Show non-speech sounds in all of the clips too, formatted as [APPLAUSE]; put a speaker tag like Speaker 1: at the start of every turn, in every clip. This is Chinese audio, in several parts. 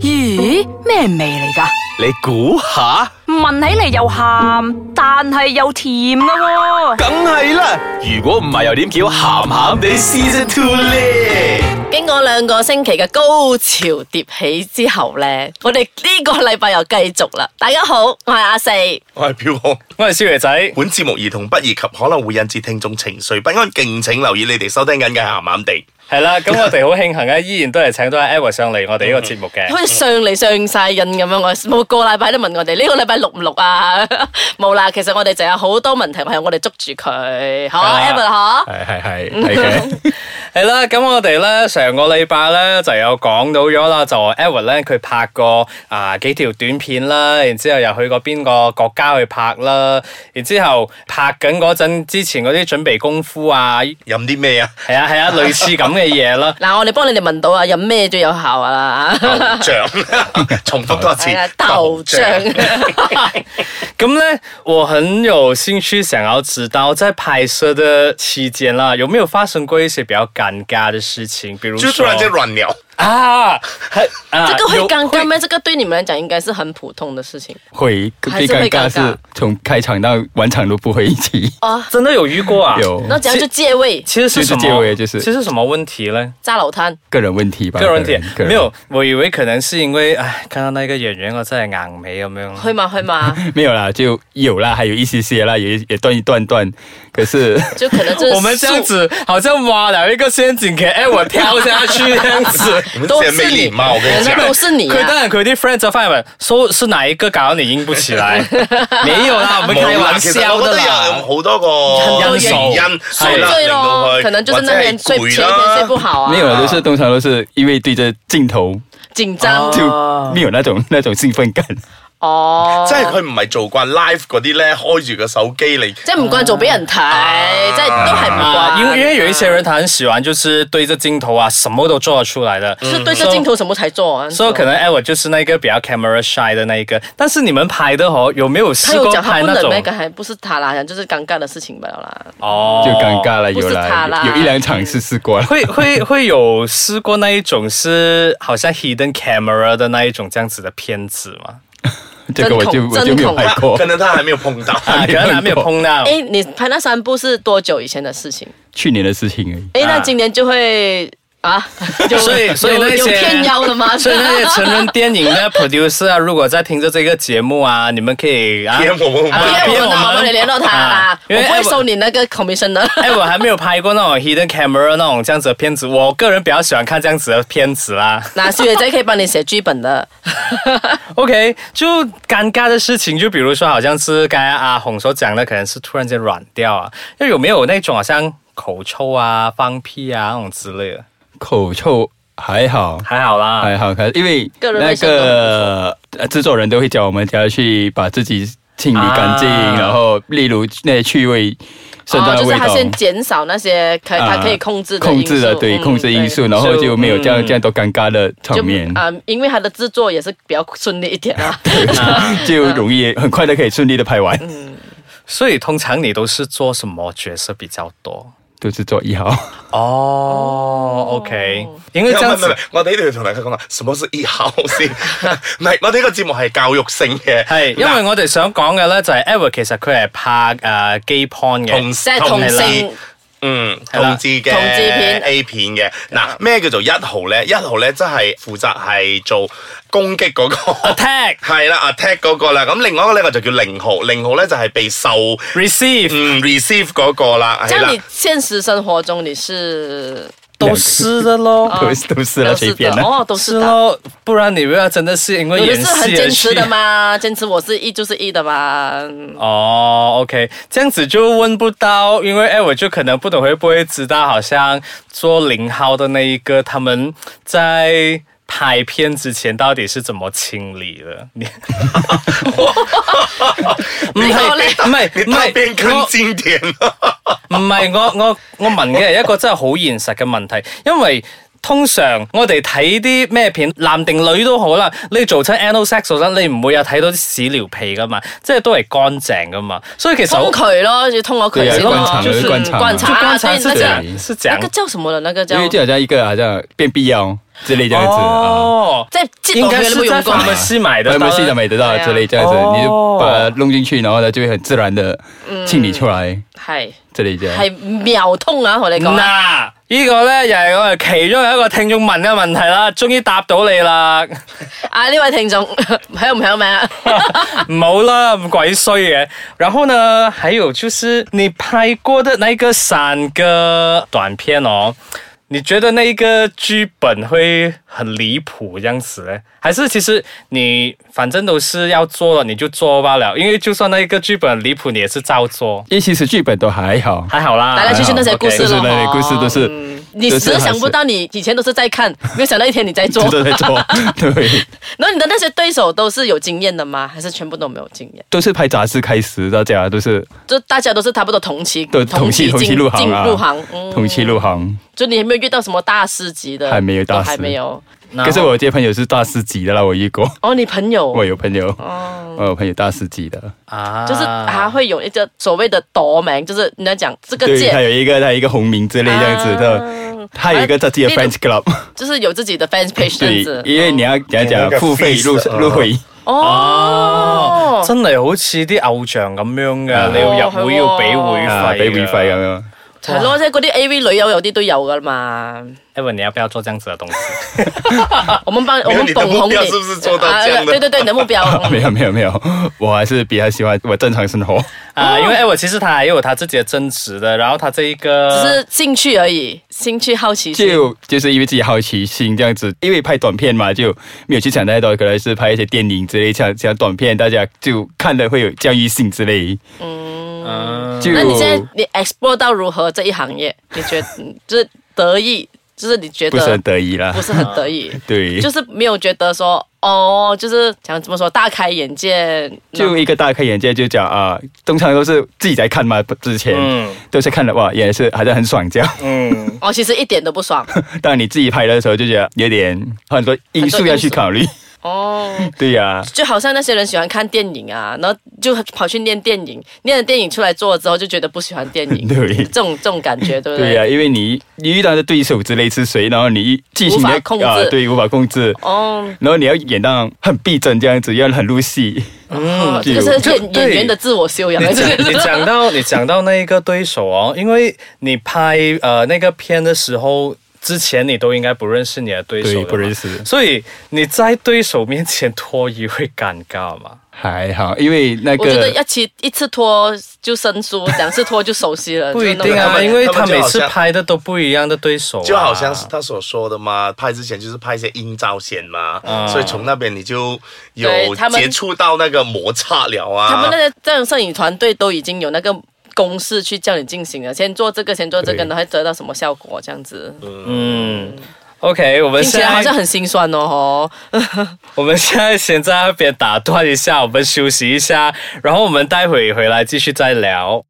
Speaker 1: 咦，咩味嚟噶？
Speaker 2: 你估下，
Speaker 1: 聞起嚟又鹹，但係又甜噶喎、
Speaker 2: 梗係啦。如果唔係又點叫鹹鹹地 Season Two 咧？
Speaker 3: 經過兩個星期嘅高潮迭起之後呢，我哋呢個禮拜又繼續啦。大家好，我係阿四。
Speaker 4: 我係飄紅。
Speaker 5: 我係啊少爺仔，
Speaker 4: 本節目兒童不宜及可能會引致聽眾情緒不安，敬請留意你哋收聽緊嘅鹹鹹地。
Speaker 5: 係啦，咁我哋好慶幸咧，依然都係請到阿 Edward 上嚟我哋呢個節目嘅
Speaker 3: 好。似上嚟上晒癮咁樣，我每個禮拜都問我哋呢個禮拜錄唔錄啊？ [LAUGHS] 冇啦，其實我哋就有好多問題係我哋捉住佢，好
Speaker 5: 啊
Speaker 3: e v a 嗬。
Speaker 5: 係係係係嘅，係啦。咁我哋咧上個禮拜咧就有講到咗啦，就 Edward 咧佢拍過啊幾條短片啦，然之後又去過邊個國家去拍啦，然之後拍緊嗰陣之前嗰啲準備功夫啊，
Speaker 4: 飲啲咩啊？
Speaker 5: 係啊係啊，類似咁嘅嘢啦。
Speaker 3: 嗱，我哋幫你哋問到啊，飲咩最有效
Speaker 5: [LAUGHS]
Speaker 3: 啊？
Speaker 4: 豆漿，重複多一次
Speaker 3: 係 [LAUGHS] 啊，。豆
Speaker 5: [LAUGHS]
Speaker 3: 漿。
Speaker 5: 咁呢，我很有兴趣想要知道，在拍摄的期间啦，有没有发生过一些比较尴尬的事情？比如
Speaker 4: 就
Speaker 5: 说
Speaker 4: 突然間亂聊，
Speaker 5: 啊，还啊，
Speaker 3: [LAUGHS] 这个会
Speaker 5: 有
Speaker 3: 尴尬咩？这个对你们来讲应该是很普通的事情
Speaker 6: 会
Speaker 3: 还是
Speaker 6: 最
Speaker 3: 会
Speaker 6: 尴尬
Speaker 3: 尴尬
Speaker 6: 是从开场到完场都不会一起。
Speaker 3: 哦。
Speaker 5: 真的有遇过啊？
Speaker 6: 有
Speaker 3: 那怎样就借位
Speaker 5: 其实是什么？
Speaker 6: 就是结尾就是
Speaker 5: 其实什么问题呢？
Speaker 3: 炸老摊？
Speaker 6: 个人问题吧，
Speaker 5: 个人问
Speaker 4: 啊
Speaker 5: 题
Speaker 6: 个人
Speaker 5: 没有，我以为可能是因为，唉，看到那个演员，我真系硬尾咁样。
Speaker 3: 会吗？会吗？
Speaker 6: 没有啦，就有啦，还有一些些啦，也也断一段段。可是
Speaker 3: 就可能就是
Speaker 5: 我们这样子好像挖了一个陷阱给哎我跳下去这样子。
Speaker 4: 你們
Speaker 3: 都
Speaker 4: 真係
Speaker 3: 是
Speaker 4: 沒
Speaker 3: 你，
Speaker 4: 禮貌，我跟
Speaker 3: 人
Speaker 4: 你
Speaker 3: 家
Speaker 4: 講
Speaker 3: 都。是你
Speaker 5: 佢
Speaker 3: 啊！
Speaker 5: 当然佢啲 friend 就翻嚟問，所啊是哪一個搞到你硬不起來？
Speaker 3: [LAUGHS]
Speaker 5: 沒有啦，我們開
Speaker 4: 冇啦，
Speaker 5: 玩
Speaker 4: 其實
Speaker 5: 笑
Speaker 4: 我覺
Speaker 5: 的
Speaker 4: 得有
Speaker 5: 啦。
Speaker 4: 好多個
Speaker 5: 很多
Speaker 4: 原
Speaker 5: 原
Speaker 4: 因，係啦，
Speaker 3: 醉
Speaker 4: 令到
Speaker 3: 咯，
Speaker 4: 佢
Speaker 3: 可能就是那
Speaker 4: 或
Speaker 3: 天
Speaker 4: 者
Speaker 3: 睡
Speaker 4: 係
Speaker 3: 前一
Speaker 4: 攰
Speaker 3: 天睡不
Speaker 4: 啦。
Speaker 3: 好啊，
Speaker 6: 没有啦，就是通常都是因为对着镜头
Speaker 3: 紧张
Speaker 5: 哦
Speaker 6: 就
Speaker 4: 啊
Speaker 6: 没有那种那种兴奋感。
Speaker 3: 哦，
Speaker 4: 即係佢唔係做慣 live 嗰啲咧，開住個手機嚟。
Speaker 3: 即系唔惯做俾人睇，即系都系唔
Speaker 5: 啊，
Speaker 3: 惯。
Speaker 5: 因為因為有一些人他很喜歡，就是對着鏡頭啊，什麼都做得出來的。
Speaker 4: 嗯
Speaker 3: 是对着镜头什么才做啊，
Speaker 5: 所以可能哎，我就是那個比較 camera shy 的那一個。但是你們拍的哦，有沒有
Speaker 3: 他
Speaker 5: 試
Speaker 3: 有
Speaker 5: 過
Speaker 3: 讲他
Speaker 5: 拍
Speaker 3: 不
Speaker 5: 那
Speaker 3: 能
Speaker 5: 種
Speaker 3: 咩？刚才不是他啦，就是尴尬的事情罢了啦。
Speaker 5: 哦，
Speaker 6: 就尴。尬了，
Speaker 3: 不
Speaker 6: 有
Speaker 3: 是他啦
Speaker 6: 啦，有有一两场是试
Speaker 3: [LAUGHS]
Speaker 6: 过了。
Speaker 5: 會會會有試過那一種是好像 hidden camera 的那一種這樣子的片子 [LAUGHS] 嗎？
Speaker 6: 这个我就
Speaker 3: 针孔
Speaker 6: 我就没有拍过
Speaker 4: [LAUGHS] 可，能他還沒有碰到。
Speaker 5: 啊，可能還沒有碰到。
Speaker 3: 哎，你拍那三部是多久以前的事情？
Speaker 6: 去年的事情而已。
Speaker 3: 哎，那今年就会
Speaker 5: [LAUGHS]
Speaker 3: 啊，有
Speaker 5: 啊所以所以
Speaker 3: 有
Speaker 5: 那些
Speaker 3: 有偏腰了 [LAUGHS] 吗？
Speaker 5: 所以那些成人电影的 producer 啊，如果在听着这个节目啊，你们可以啊，
Speaker 4: PM 我們
Speaker 5: 啊
Speaker 3: 因为
Speaker 5: PM
Speaker 3: 我们我们联络他啦
Speaker 5: 啊，
Speaker 3: 我
Speaker 5: 因为
Speaker 3: 不会
Speaker 5: Edward-
Speaker 3: 收你那个 commission 的。
Speaker 5: 哎，我还没有拍过那种 hidden camera 那种这样子的片子，我个人比较喜欢看这样子的片子啊啦。
Speaker 3: 那小野仔可以帮你写剧本的，
Speaker 5: OK，就尴尬的事情，就比如说好像是刚才阿红所讲的，可能是突然间软掉啊，那有没有那种好像口臭啊、放屁啊那种之类的？
Speaker 6: 口臭还好，
Speaker 5: 还好啦，
Speaker 6: 还好，可是因为
Speaker 3: 个人
Speaker 6: 那
Speaker 3: 卫生都很不
Speaker 6: 个呃制作人都会教我们怎样去把自己清理干净，
Speaker 5: 啊
Speaker 6: 然后例如那些趣味、身上
Speaker 3: 哦，
Speaker 6: 的
Speaker 3: 就是
Speaker 6: 味
Speaker 3: 他
Speaker 6: 道。
Speaker 3: 先减少那些可
Speaker 6: 啊
Speaker 3: 他可以控制的因素
Speaker 6: 控制了，对，
Speaker 3: 嗯
Speaker 6: 控制因素，然后
Speaker 5: 就
Speaker 6: 就没有这样
Speaker 5: 嗯
Speaker 6: 这样多尴尬的
Speaker 3: 对
Speaker 6: 场面
Speaker 3: 就，啊，因为他的制作也是比较顺利一点啊。
Speaker 6: [LAUGHS]
Speaker 3: 嗯
Speaker 6: 就容易很快的可以顺利的拍完，
Speaker 5: 所以通常你都是做什么角色比较多？
Speaker 6: 都是做一号，
Speaker 5: 哦，OK，因
Speaker 4: 唔
Speaker 5: 为
Speaker 4: 係
Speaker 5: 这样
Speaker 4: 唔係唔
Speaker 5: 子
Speaker 4: 係，我哋呢度要同大家講啦，什麼是一考先？唔係，我哋呢個節目係教育性嘅，
Speaker 5: 系，因為我哋想講嘅咧就係 Edward 其實佢係拍诶 gay porn
Speaker 4: 同
Speaker 5: 嘅，
Speaker 3: 即係同性
Speaker 4: 嗯，
Speaker 5: 係啦
Speaker 4: 同志嘅
Speaker 3: 同志片
Speaker 4: A 片嘅。嗱，咩叫做一號咧？一號咧，即係負責係做攻擊嗰個。
Speaker 5: attack
Speaker 4: 係啦，attack 嗰個啦，咁另外一個咧我就叫零號，零號咧就係被受
Speaker 5: receive
Speaker 4: 嗯 receive 嗰個啦，
Speaker 3: 这
Speaker 4: 係啦
Speaker 3: 样你，现实生活中你是
Speaker 5: 都是的咯，
Speaker 4: 嗯
Speaker 6: 都是都是啦，
Speaker 3: 都是
Speaker 6: 随
Speaker 3: 的
Speaker 6: 便啦，
Speaker 3: 哦，都
Speaker 5: 是
Speaker 3: 是的。
Speaker 5: 咯，不然你不要真的是因為
Speaker 3: 有的
Speaker 5: 演
Speaker 3: 是很
Speaker 5: 戲而
Speaker 3: 坚
Speaker 5: 去
Speaker 3: 持的嘛，坚持我是一就是一的嘛。嗯
Speaker 5: 哦，OK，这样子就问不到，因为 Edward 就可能不懂会不会知道，好像做零号的那一个他们在。拍片之前到底是怎麼清理的？
Speaker 3: [LAUGHS]
Speaker 4: [LAUGHS]
Speaker 5: 你唔係唔
Speaker 4: 你
Speaker 5: 係唔
Speaker 4: 打邊
Speaker 5: 係，
Speaker 4: 跟
Speaker 5: 我
Speaker 4: 尖 [LAUGHS] 田，
Speaker 5: 唔係我我我問嘅係一個真係好現實嘅問題，因為通常我哋睇啲咩片，男定女都好啦，你做親 anal sex 嗰陣，你唔會有睇到啲屎尿屁噶嘛，即係都係乾淨噶嘛，所以其實好
Speaker 3: 通渠咯，就通过渠
Speaker 6: 对啊
Speaker 3: 先咯
Speaker 6: 灌肠，
Speaker 3: 就是
Speaker 6: 灌肠
Speaker 3: 灌肠
Speaker 5: 就
Speaker 3: 啊，
Speaker 5: 灌
Speaker 3: 所以那
Speaker 5: 肠是
Speaker 3: 个
Speaker 5: 讲是
Speaker 3: 那
Speaker 5: 讲
Speaker 3: 个叫什么了？那个叫
Speaker 6: 因为就好像一个好像变必要之类这样子啊。
Speaker 5: 哦，
Speaker 3: 即系接
Speaker 5: 應
Speaker 3: 落去你
Speaker 5: 該是
Speaker 3: 冇
Speaker 5: 在
Speaker 3: 用過
Speaker 5: 法。門西買的，
Speaker 6: 我们现在买得到
Speaker 3: 对啊
Speaker 6: 之类这样子，
Speaker 5: 哦
Speaker 6: 你就把它弄进去，然后呢就会很自然的
Speaker 3: 嗯
Speaker 6: 清理出来
Speaker 3: 系
Speaker 6: 之类这样。
Speaker 3: 系妙通啊！同你講，
Speaker 5: 嗱，呢個咧又係我哋其中一個聽眾問嘅問題啦，終於答到你啦。
Speaker 3: 啊呢位聽眾 [LAUGHS] 響唔響名啊？
Speaker 5: 冇啦，咁鬼衰嘅。然后呢，还有就是你拍过的那个三个短片哦，你觉得那个剧本会很离谱这样子呢？还是其实你反正都是要做了，你就做罢了，因为就算那个剧本很离谱，你也是照做，
Speaker 6: 因为其实剧本都还好，
Speaker 5: 还好啦。
Speaker 3: 大家就是那些故事
Speaker 6: 就是
Speaker 3: 咯。
Speaker 6: 那些故事都是
Speaker 3: 嗯你
Speaker 6: 都
Speaker 3: 只
Speaker 6: 是
Speaker 3: 是想不到你以前都是在看，没有想到一天你
Speaker 6: [LAUGHS]
Speaker 3: 在做。
Speaker 6: 都在做，对，
Speaker 3: 然后你的那些对手都是有经验的吗？还是全部都没有经验？
Speaker 6: 都是拍杂志开始，大家都是
Speaker 3: 就大家都是差不多同期，
Speaker 6: 都同期同
Speaker 3: 进
Speaker 6: 期入行
Speaker 3: 进
Speaker 6: 啊，
Speaker 3: 入行，嗯
Speaker 6: 同期入行。
Speaker 3: 就你有没有遇到什么大师级的？
Speaker 6: 还没有大师
Speaker 3: 都还没有。
Speaker 5: 然
Speaker 6: 可
Speaker 5: 后
Speaker 6: 是我有些朋友是大师级的啦，我遇过，
Speaker 3: 哦，你朋友
Speaker 6: 我有朋友，我有朋友大师级的，
Speaker 5: 啊
Speaker 3: 就是他会有一个所谓的夺名，就是人家讲这个
Speaker 6: 对他
Speaker 3: 界，
Speaker 6: 有一个他有一个红名之类这样子的。
Speaker 3: 啊
Speaker 6: 他有一个他自己的
Speaker 3: 那
Speaker 6: French club，
Speaker 3: 就是有自己的 fans 啊 page 这
Speaker 6: 对
Speaker 3: 样子，。
Speaker 6: 因为你要讲
Speaker 4: 有
Speaker 6: 讲
Speaker 4: 一个
Speaker 6: 付费入
Speaker 4: feast，
Speaker 6: 入会，
Speaker 5: 哦
Speaker 3: 哦，，
Speaker 4: 啊
Speaker 5: 真係好似啲偶像咁樣
Speaker 6: 啊
Speaker 5: 嘅，你要入會
Speaker 3: 係喎
Speaker 5: 要俾會
Speaker 6: 啊，
Speaker 5: 費，
Speaker 6: 俾会费咁。样。
Speaker 3: 系咯，即系嗰啲 A V 女友有啲都有噶嘛。
Speaker 5: Evan，你要不要做這樣子的東西？
Speaker 3: 我们帮我
Speaker 4: 没有
Speaker 3: 们
Speaker 4: 啊你的
Speaker 3: 捧
Speaker 4: 目
Speaker 3: 红
Speaker 4: 标是不是做到
Speaker 3: 啊
Speaker 4: 这样的
Speaker 3: 对对对，你的目
Speaker 4: [LAUGHS]
Speaker 3: 标。
Speaker 6: 没有没有没有， [LAUGHS] 我还是比较喜欢我正常生活。 [LAUGHS]
Speaker 5: 啊、因为艾我其实他也有他自己的争执的，然后他这一个
Speaker 3: 只是兴趣而已，兴趣好奇心。
Speaker 6: 就就是因为自己好奇心这样子，因为拍短片嘛，就没有去想太多，可能是拍一些电影之类，像像短片，大家就看的会有教育性之类。
Speaker 5: 嗯
Speaker 6: 就
Speaker 3: 那你现在你 explore 到如何这一行业？你觉得嗯就是得意，就是你觉
Speaker 6: 不是很
Speaker 3: 得
Speaker 6: 得意啦
Speaker 3: 不，是很得
Speaker 4: [LAUGHS]
Speaker 3: 意，
Speaker 6: 对，
Speaker 3: 就是没有觉得说哦，就是想怎么说大开眼界。
Speaker 6: 就一个大开眼界，就讲啊，通常都是自己在看嘛，之前、
Speaker 5: 嗯
Speaker 6: 都是看了哇，也是好像很爽这样。 [LAUGHS]
Speaker 5: 嗯，
Speaker 3: 哦，其实一点都不爽
Speaker 6: 但你自己拍的时候就觉得有点很多因素要去考虑，
Speaker 3: 哦。
Speaker 6: [LAUGHS] 对啊呀、
Speaker 3: 就好像那些人喜欢看电影啊，然后就跑去念电影，念了电影出来做了之后，就觉得不喜欢电影，
Speaker 6: 对
Speaker 3: 这种这种感觉，对不
Speaker 6: 对呀、
Speaker 5: 啊
Speaker 6: 因为你你遇到的对手之类是谁，然后你剧情
Speaker 3: 无法
Speaker 6: 的
Speaker 3: 控制
Speaker 6: 啊，对，无法控制，
Speaker 3: 哦，
Speaker 6: 然后你要演到很逼真这样子，要很入
Speaker 3: [LAUGHS]
Speaker 6: 戏，
Speaker 3: 嗯，
Speaker 6: 就
Speaker 3: 这个是
Speaker 5: 就
Speaker 3: 演
Speaker 5: 对
Speaker 3: 演员的自我修养，
Speaker 5: 你
Speaker 3: 就是
Speaker 5: 讲你讲到你讲到那一个对手哦，因为你拍呃那个片的时候。之前你都应该不认识你的对手的
Speaker 6: 对，
Speaker 5: 嘛
Speaker 6: 不认，识，
Speaker 5: 所以你在对手面前脱衣会尴尬嘛？
Speaker 6: 还好，因为那
Speaker 3: 我觉得
Speaker 6: 个
Speaker 3: 一次一次拖就生疏，两次拖就熟悉了。
Speaker 5: 不一
Speaker 3: 就
Speaker 5: 定
Speaker 3: 那种
Speaker 5: 啊，
Speaker 4: 们
Speaker 5: 因为
Speaker 4: 他
Speaker 5: 他
Speaker 4: 们就
Speaker 5: 每
Speaker 4: 好
Speaker 5: 次
Speaker 4: 像
Speaker 5: 拍的都不一样的对手啊、
Speaker 4: 就好像是他所说的嘛，拍之前就是拍一些阴照先嘛，所以从那边你就有
Speaker 3: 对他们
Speaker 4: 接触到那个摩擦了啊。
Speaker 3: 他们那些这种摄影团队都已经有那个公式去叫你进行了，先做这个，先做这个，
Speaker 6: 对
Speaker 3: 然后得到什么效果这样子，
Speaker 5: 嗯，OK，我们
Speaker 3: 听起来
Speaker 5: 现
Speaker 3: 好像
Speaker 5: 在
Speaker 3: 很心酸
Speaker 5: [LAUGHS]
Speaker 3: 哦。
Speaker 5: 我们现在先在那边打断一下，我们休息一下，然后我们待会回来继续再聊。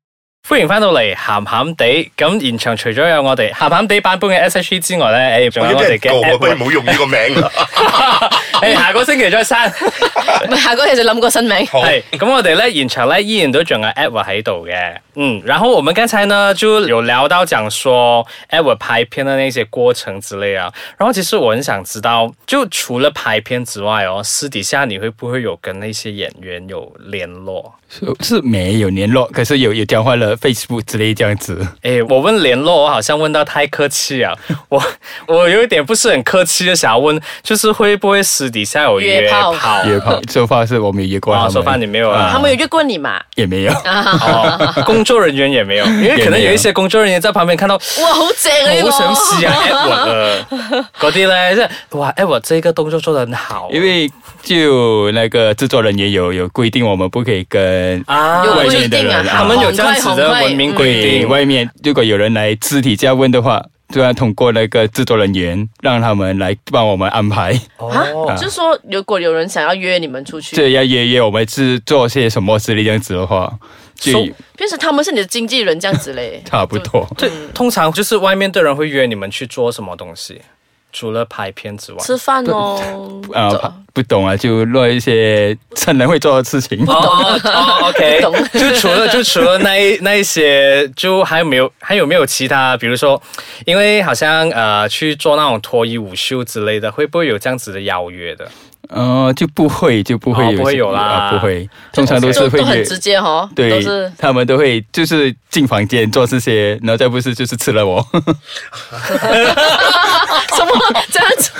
Speaker 5: 歡迎翻到嚟咸咸地，咁現場除咗有我哋咸咸地版本嘅 S.H.E 之外咧，誒仲有
Speaker 4: 我要
Speaker 5: 我
Speaker 4: 俾
Speaker 5: 哋
Speaker 4: 人告
Speaker 5: 嘅
Speaker 4: 啊，不如
Speaker 5: Edward，
Speaker 4: 冇用呢個名啦。
Speaker 5: [LAUGHS] 誒下個星期再生。
Speaker 3: 唔係下個月就諗個新名。
Speaker 4: [LAUGHS] 好
Speaker 5: 係咁我哋咧現場咧依然都仲有 Edward 喺度嘅，嗯，然後我們剛才呢就有聊到講說 Edward 拍片的那些過程之類啊，然後其實我很想知道，就除了拍片之外哦，私底下你會不會有跟那些演員有聯絡？
Speaker 6: 是是没有联络，可是有有交换了 Facebook 之类这样子，
Speaker 5: 诶，我问联络，我好像问到太客气啊， [LAUGHS] 我我有一点不是很客气的想要问，就是会不会私底下有
Speaker 3: 约
Speaker 5: 约
Speaker 3: 炮
Speaker 5: 炮？
Speaker 6: 约
Speaker 3: [LAUGHS]
Speaker 6: 炮，收发是我没有约过他
Speaker 3: 哦
Speaker 5: 啊，
Speaker 6: 们，
Speaker 5: 说饭你没有啊？
Speaker 3: 他们有约啊过你嘛？
Speaker 6: 也
Speaker 3: [LAUGHS]
Speaker 6: 没有，
Speaker 5: 哦，工作人员也没有，因为可能有一些工作人员在旁边看到，
Speaker 3: 哇，好正啊！呢個
Speaker 5: 好想
Speaker 3: [LAUGHS]
Speaker 5: 试啊 Edward 啊嗰啲咧，即系哇 Edward 这个动作做得很好，
Speaker 6: 因为就那个制作人也有有规定，我们不可以
Speaker 3: 嗯
Speaker 6: 跟
Speaker 5: 啊，
Speaker 3: 有
Speaker 6: 外
Speaker 3: 规
Speaker 6: 面的
Speaker 3: 定啊，
Speaker 6: 人啊
Speaker 5: 他们有这样子的文明规
Speaker 6: 对，
Speaker 5: 定，
Speaker 6: 外面如果有人来肢体加问的话，就要通过那个制作人员，让他们来帮我们安排，
Speaker 5: 哦嗯
Speaker 3: 啊，就是说如果有人想要约你们出去，
Speaker 6: 这要约约我们是做些什么之类这样子的话，就。
Speaker 5: So-
Speaker 3: 平时他们是你的经纪人这样子嘞
Speaker 6: 差不多。
Speaker 5: 对，通常就是外面的人会约你们去做什么东西，除了拍片之外，
Speaker 3: 吃饭哦，
Speaker 6: 啊、
Speaker 3: 走
Speaker 6: 不懂啊，就做一些成人会做的事情。
Speaker 3: [LAUGHS]
Speaker 5: 哦哦哦，OK，
Speaker 3: 懂
Speaker 5: 就除
Speaker 3: [LAUGHS]
Speaker 5: 了就除了那一那一些，就还有没有还有没有其他？比如说，因为好像呃去做那种脱衣舞秀之类的，会不会有这样子的邀约的？
Speaker 6: 呃，就不会就不会
Speaker 5: 哦
Speaker 6: 有、
Speaker 5: 不会有啦
Speaker 6: 啊不会，通常都是
Speaker 3: 就
Speaker 6: 会
Speaker 3: 都很
Speaker 6: 约。
Speaker 3: 直接哦，都
Speaker 6: 对
Speaker 3: 是， [LAUGHS]
Speaker 6: 他们都会就是进房间做这些，然后再不是就是吃了我。 [LAUGHS]
Speaker 3: 什么这样子？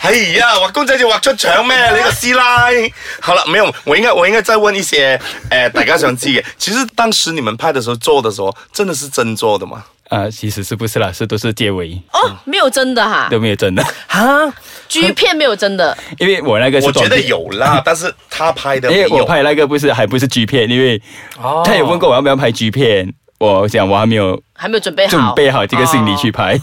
Speaker 4: 哎呀，畫公仔要畫出腸咩？你個師奶！好了，沒有，我應該我應該再問一些，呃，大家想知嘅。 [LAUGHS] 其實當時你們拍的時候做的時候，真的是真做的嗎？
Speaker 6: 啊，其实是不是啦？是都是结尾
Speaker 3: 哦，没有真的哈
Speaker 6: 都没有真的， [LAUGHS]
Speaker 5: 啊，
Speaker 3: ，G 片没有真的，
Speaker 6: 因为我那个是
Speaker 4: 我觉
Speaker 6: 短
Speaker 4: 得
Speaker 6: 片，
Speaker 4: 有啦，但是他拍的
Speaker 6: 因
Speaker 4: 没
Speaker 6: 为
Speaker 4: 有。
Speaker 6: 哎我拍那个不是还不是 G 片，因为
Speaker 5: 哦
Speaker 6: 他有问过我要不要拍 G 片，我想我还没有
Speaker 3: 还没有准备
Speaker 6: 准
Speaker 3: 好，哦
Speaker 6: 备好这个心理去拍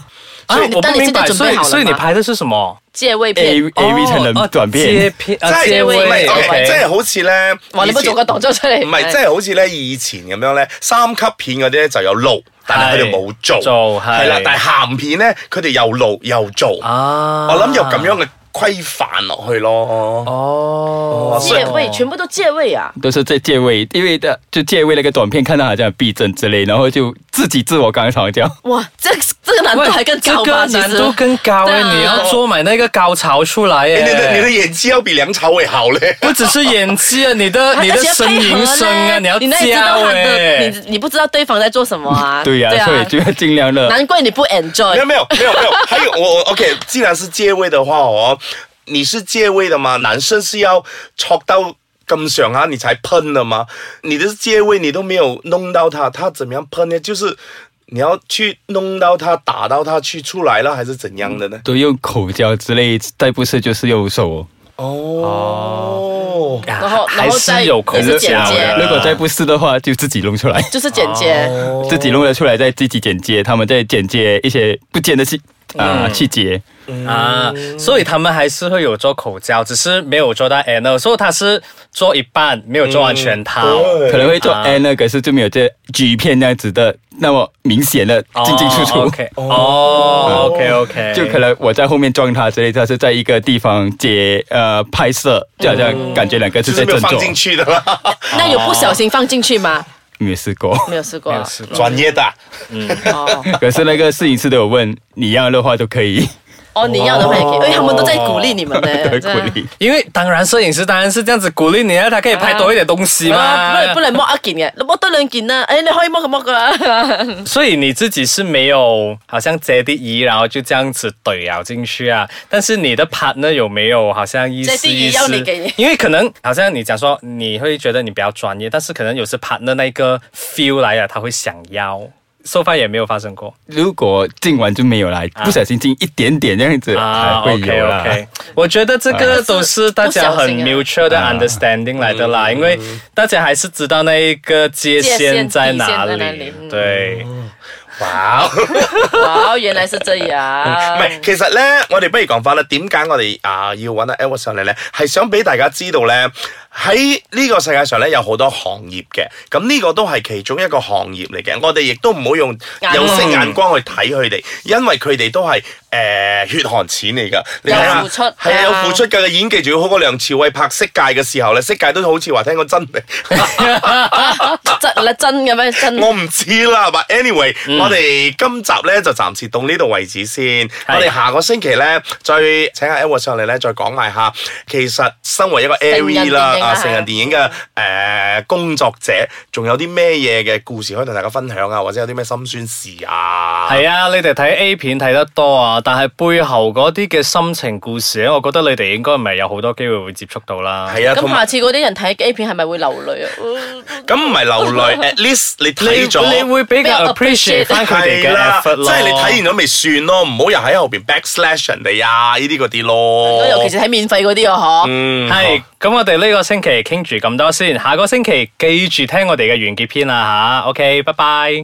Speaker 5: 啊
Speaker 3: 所以，
Speaker 5: 我
Speaker 3: 但
Speaker 5: 不
Speaker 3: 你
Speaker 5: 明白，
Speaker 3: 现在准备
Speaker 5: 所以
Speaker 3: 好了吗
Speaker 5: 所以你拍的是什么？
Speaker 3: 借位
Speaker 6: A
Speaker 3: 片。
Speaker 6: A V 成人
Speaker 5: 哦
Speaker 6: 短
Speaker 5: 接
Speaker 6: 片。
Speaker 5: 片
Speaker 4: 真
Speaker 5: 啊，
Speaker 4: 係
Speaker 5: 接
Speaker 3: 位
Speaker 4: 唔係
Speaker 5: 位
Speaker 3: 哦
Speaker 5: OK
Speaker 4: 即係好似咧，
Speaker 3: 哇！你冇
Speaker 4: 以前
Speaker 3: 做個動作出嚟，
Speaker 4: 唔係，即係好似咧以前咁樣咧，三級片嗰啲咧就有錄，但係佢哋冇做，
Speaker 5: 做係
Speaker 4: 係啦。但係鹹片咧，佢哋又錄又做，
Speaker 5: 啊，
Speaker 4: 我諗有咁樣嘅規範落去咯。
Speaker 5: 哦，
Speaker 3: 借位，全部都借位啊！
Speaker 6: 都是在借位，因为的就借位那个短片，看到好像有避震之类，然后就自己自我高潮掉。
Speaker 3: 哇，这这个难度
Speaker 5: 喂
Speaker 3: 还更高
Speaker 5: 这
Speaker 3: 吧？
Speaker 5: 个
Speaker 3: 其实
Speaker 5: 难度更高
Speaker 3: 对
Speaker 5: 哎，
Speaker 3: 啊
Speaker 5: 你要做满那个高潮出来
Speaker 4: 你的你的
Speaker 5: 哎。
Speaker 4: 演技要比梁朝偉好咧。
Speaker 5: 不只是演技啊，
Speaker 3: [LAUGHS]
Speaker 5: 你的
Speaker 3: 而
Speaker 5: [LAUGHS] 你
Speaker 3: 且
Speaker 5: 的
Speaker 3: 要
Speaker 5: 声
Speaker 3: 配合
Speaker 5: 音
Speaker 3: 呢
Speaker 5: 声啊，你要
Speaker 3: 你哪里知
Speaker 5: 加
Speaker 3: 道他的，
Speaker 5: 哎。
Speaker 3: 你你不知道对方在做什么
Speaker 5: [LAUGHS]
Speaker 3: 啊？
Speaker 6: 对呀、所以就要尽量的。
Speaker 3: [LAUGHS] 难怪你不
Speaker 4: 没有
Speaker 3: enjoy。
Speaker 4: 没有没有没有，还有我我 OK，既然是借位的话哦，你是借位的吗？男生是要戳到咁上下你才喷的吗？你的借位你都没有弄到他，他怎么样喷呢？就是你要去弄到他，打到他去出来了，还是怎样的呢？
Speaker 6: 都用口交之类，再不是就是用手。
Speaker 4: 嗯哦，
Speaker 5: 啊
Speaker 3: 然后
Speaker 5: 还
Speaker 3: 然后再
Speaker 5: 是有口
Speaker 3: 也是
Speaker 5: 角
Speaker 3: 剪接
Speaker 5: 的。
Speaker 6: 如果再不是的话，就自己弄出来，
Speaker 3: 就是剪接，
Speaker 5: 哦
Speaker 4: 哦
Speaker 6: 自己弄得出来，再自己剪接，他们再剪接一些不见的细啊
Speaker 3: 嗯
Speaker 6: 细节。
Speaker 5: 啊，所以他们还是会有做口交，只是没有做到 anal，所以他是做一半，没有做完全套。
Speaker 4: 对
Speaker 6: 可能会做
Speaker 3: 啊
Speaker 6: N 那个是就没有这 G 片那样子的那么明显的进进出出，
Speaker 3: 哦
Speaker 5: o k 哦，OK OK，
Speaker 6: 就可能我在后面撞他之类，他是在一个地方接呃拍摄，就好像感觉两个
Speaker 4: 就是
Speaker 6: 在
Speaker 4: 是没有
Speaker 6: 振
Speaker 4: 放
Speaker 6: 作，
Speaker 4: 进去的 [LAUGHS] 啦，
Speaker 3: 那有不小心放进去吗？
Speaker 6: 没有试过。 [LAUGHS]
Speaker 3: 没有试过
Speaker 5: 没
Speaker 3: 啊
Speaker 5: 有。试过
Speaker 4: 专业的啊。
Speaker 3: 哦
Speaker 6: 可是那个摄影师都有问，你要的话都可以， [LAUGHS]
Speaker 3: 哦，你要的话也可以，因为他们都在鼓励你们
Speaker 5: [LAUGHS]
Speaker 3: 呢。
Speaker 6: 鼓励。
Speaker 5: 因为当然摄影师当然是这样子鼓励你啊，他可以拍多一点东西
Speaker 3: 真係
Speaker 5: 嘛。
Speaker 3: 啊，不能不能摸一件嘅，你摸多兩件啦。诶，你可以摸就摸啊噶
Speaker 5: [LAUGHS]
Speaker 3: 啦。
Speaker 5: 所以你自己是没有好像接地衣，然后就这样子怼了进去啊。但是你的 partner 有没有好像意思
Speaker 3: 接地
Speaker 5: 意
Speaker 3: 衣
Speaker 5: 思？
Speaker 3: 要你给你
Speaker 5: 因为可能好像你讲说你会觉得你比较专业，但是可能有时 partner 那个 feel 来啊了，他会想要。so far 也没有发生过
Speaker 6: 如果进完就没有啦，不小心进一点点这样子才会
Speaker 5: 啊，OK
Speaker 6: 有啦。
Speaker 5: OK，我觉得这
Speaker 4: 哎
Speaker 5: 个都是大家很
Speaker 3: 不小心啊
Speaker 5: mutual 的 understanding 来的
Speaker 4: 嗯
Speaker 5: 啦，因为大家还是知道那一个界
Speaker 3: 界
Speaker 5: 限
Speaker 3: 限
Speaker 5: 在
Speaker 3: 底线
Speaker 5: 哪
Speaker 3: 在哪
Speaker 5: 里
Speaker 3: 里，嗯
Speaker 5: 对。
Speaker 4: 哇！
Speaker 3: 哦，原來是這
Speaker 4: 唔係，
Speaker 3: 樣。
Speaker 4: 其實咧，我哋不如講翻啦。點解我哋啊要揾阿 Edward 上嚟咧？係想俾大家知道咧，喺呢個世界上咧有好多行業嘅，咁呢個都係其中一個行業嚟嘅。我哋亦都唔好用
Speaker 3: 眼
Speaker 4: 有色眼光去睇佢哋，因為佢哋都係誒、呃血汗錢嚟噶。你睇下
Speaker 3: 有付出
Speaker 4: 係啊，
Speaker 3: 啊
Speaker 4: 有付出嘅演技，仲要好過梁朝偉拍《色戒》嘅時候咧，《色戒》都好似話聽過真名。
Speaker 3: [LAUGHS] 真你真嘅咩？真
Speaker 4: 我唔知啦，but anyway，、我哋今集咧就暫時到呢度為止先。我哋下個星期咧再請阿 Edward 上嚟咧，再講埋下其實身為一個
Speaker 3: 人電
Speaker 4: AV
Speaker 3: 影
Speaker 4: 啦
Speaker 3: 啊
Speaker 4: 啊
Speaker 3: 係
Speaker 4: 成人電影嘅誒、呃工作者，仲有啲咩嘢嘅故事可以同大家分享啊，或者有啲咩心酸事啊？
Speaker 5: 系啊，你哋睇 A 片睇得多啊，但系背後嗰啲嘅心情故事咧，我覺得你哋應該唔係有好多機會會接觸到啦。
Speaker 4: 係啊，同
Speaker 3: 咁
Speaker 4: 埋
Speaker 3: 下次嗰啲人睇 A 片係咪會流淚啊？
Speaker 4: 咁唔係流淚，at least 你
Speaker 5: 你
Speaker 4: 睇咗。
Speaker 5: 你會比較 appreciate 翻佢哋
Speaker 4: 係
Speaker 5: 嘅
Speaker 4: 啦，即
Speaker 5: effort 咯。
Speaker 4: 係你睇完咗咪算咯，唔好又喺後邊 backslash 人哋啊，呢啲嗰啲
Speaker 5: 哦
Speaker 4: 咯。
Speaker 3: 尤其是睇免費嗰啲啊，嗬。
Speaker 4: 嗯，
Speaker 5: 係咁，我哋呢個星期傾住咁多先，下個星期記住聽我哋嘅完結篇啦吓。OK，拜拜。